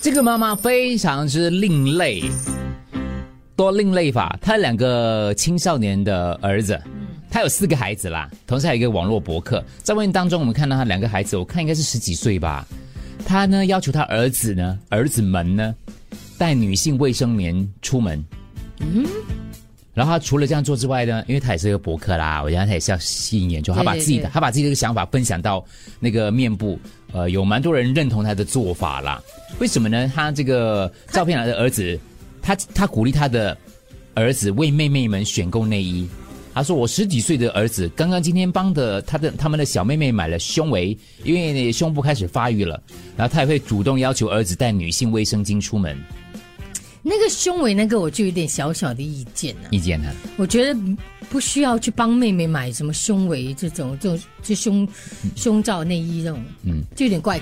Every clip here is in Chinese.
这个妈妈非常之另类，多另类法。她有两个青少年的儿子，她有四个孩子啦，同时还有一个网络博客。在问当中，我们看到她两个孩子，我看应该是十几岁吧。她呢要求她儿子呢，儿子们呢，带女性卫生棉出门。嗯。然后她除了这样做之外呢，因为她也是一个博客啦，我觉得她也是要吸引眼球。她把对对自己的对他把自己这个想法分享到那个面部，呃，有蛮多人认同他的做法啦。为什么呢？他这个照片来的儿子，他他鼓励他的儿子为妹妹们选购内衣。他说：“我十几岁的儿子，刚刚今天帮的他的他们的小妹妹买了胸围，因为胸部开始发育了。然后他也会主动要求儿子带女性卫生巾出门。那个胸围那个我就有点小小的意见了、意见呢？ 我觉得不需要去帮妹妹买什么胸围这种这种就胸胸罩内衣这种，嗯，就有点怪。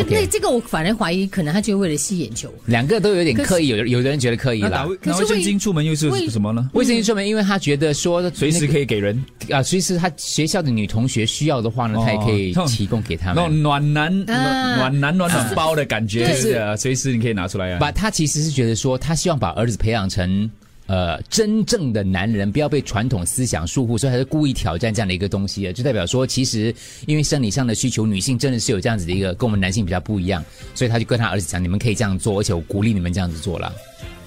嗯OK 那这个我反而怀疑，可能他就为了吸眼球。两个都有点可是刻意，有有的人觉得刻意那打啦。卫可拿是卫生为巾出门又是为什么呢？卫生巾出门，因为他觉得说随时那个可以给人啊，所以是他学校的女同学需要的话呢，哦他也可以提供给他那种们。暖男、啊暖男、暖暖包的感觉，对就是呃随时你可以拿出来啊。把他其实是觉得说，他希望把儿子培养成呃真正的男人，不要被传统思想束缚，所以他是故意挑战这样的一个东西的，就代表说，其实因为生理上的需求，女性真的是有这样子的一个跟我们男性比较不一样，所以他就跟他儿子讲，你们可以这样做，而且我鼓励你们这样子做了。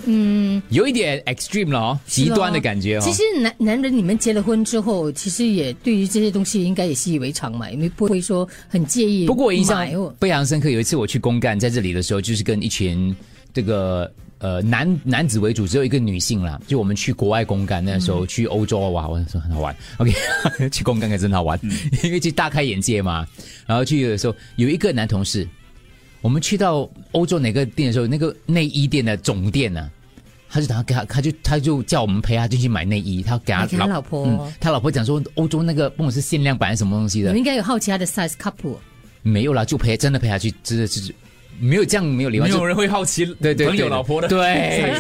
嗯，有一点 extreme 了哦，极端的感觉哦。其实男男人你们结了婚之后，其实也对于这些东西应该也习以为常嘛，也没不会说很介意买哦。不过我印象非常深刻，有一次我去公干，在这里的时候，就是跟一群这个呃男男子为主，只有一个女性啦。就我们去国外公干那时嗯候，去欧洲啊哇，我说很好玩。OK，去 公干可真好玩，嗯因为去大开眼界嘛。然后去的时候，有一个男同事，我们去到欧洲哪个店的时候，那个内衣店的总店呢、他就打给他，他就他就叫我们陪他进去买内衣，他给他买给他老婆他老婆讲嗯说欧洲那个不管是限量版还是什么东西你的们，应该有好奇他的 size couple。没有啦，就陪真的陪他去，真的是没有这样没有礼貌，没就有人会好奇对对对朋友老婆的。对，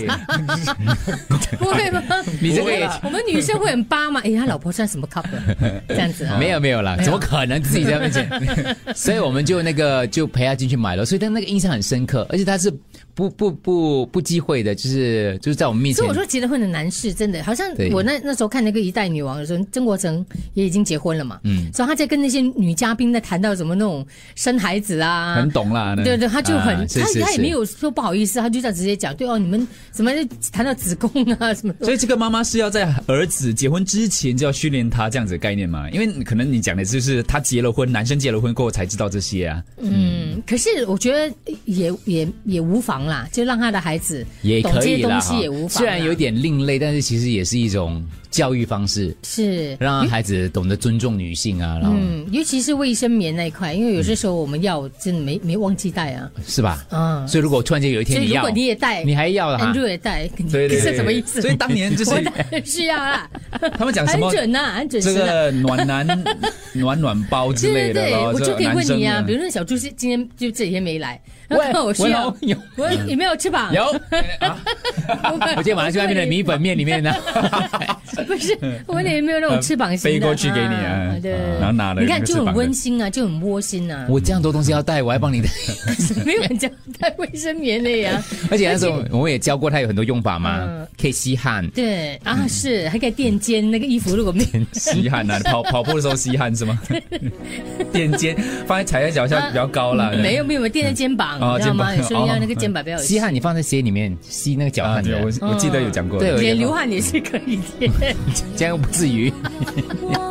不会吗？你这我个也们我们女生会很巴嘛？哎，他老婆穿什么 cup？啊 这样子 啊？没有没有啦，没有怎么可能自己在那边讲？ 所以我们就那个就陪他进去买了，所以他那个印象很深刻，而且他是不不不不忌讳的，就是就是在我们面前所以我说结了婚的男士真的好像对我那那时候看那个《一代女王》的时候，曾国城也已经结婚了嘛，嗯，所以他在跟那些女嘉宾在谈到什么那种生孩子啊，很懂啦，那对对，他就很、啊是是他他也是没有说不好意思，他就这样直接讲，对哦，你们什么谈到子宫 啊什么，所以这个妈妈是要在儿子结婚之前就要训练他这样子的概念嘛？因为可能你讲的就是他结了婚，男生结了婚过后才知道这些啊。嗯，可是我觉得也也也无妨啦，就让他的孩子也懂这可些以啦东哈西也无，妨啦，虽然有点另类，但是其实也是一种教育方式，是让孩子懂得尊重女性啊，然后嗯，尤其是卫生棉那一块，因为有些时候我们要真的没没忘记带啊，是吧？嗯，所以如果突然间有一所天以你如要果，你也啊带，你还要啊了哈 Andrew 也带，你对对对，这什么意思？所以当年就是我 当然是要啦，他们讲什很 么准呐，很准这时的。个暖男、暖暖包之类对对的 对，咯，我这就可以问你啊，男生比如说小猪是今天就这几天没来，然后我需要，有我有没有吃饱？ 有，啊我我今天晚上去外面的米粉面里 面呢。不是，我问你有没有那种翅膀型的飞过去给你啊对，然后拿了你看那个就翅很膀的温馨啊，就很窝心 啊， 我这样多东西要带，我还帮你带，没有人家带卫生棉的呀。而且那时候我也教过他有很多用法嘛嗯，可以吸汗，对啊，是还可以垫肩，那个衣服如果没吸汗 啊，跑跑步的时候吸汗是吗？垫肩放在踩在脚下比较高啦，嗯没有没有垫在肩膀，哦你知道吗？肩有膀时候要哦那个肩膀不要有吸汗你放在鞋里面吸那个脚啊，汗对，的我，我记得有讲过，对脸流汗也是可以垫。这样不至于。我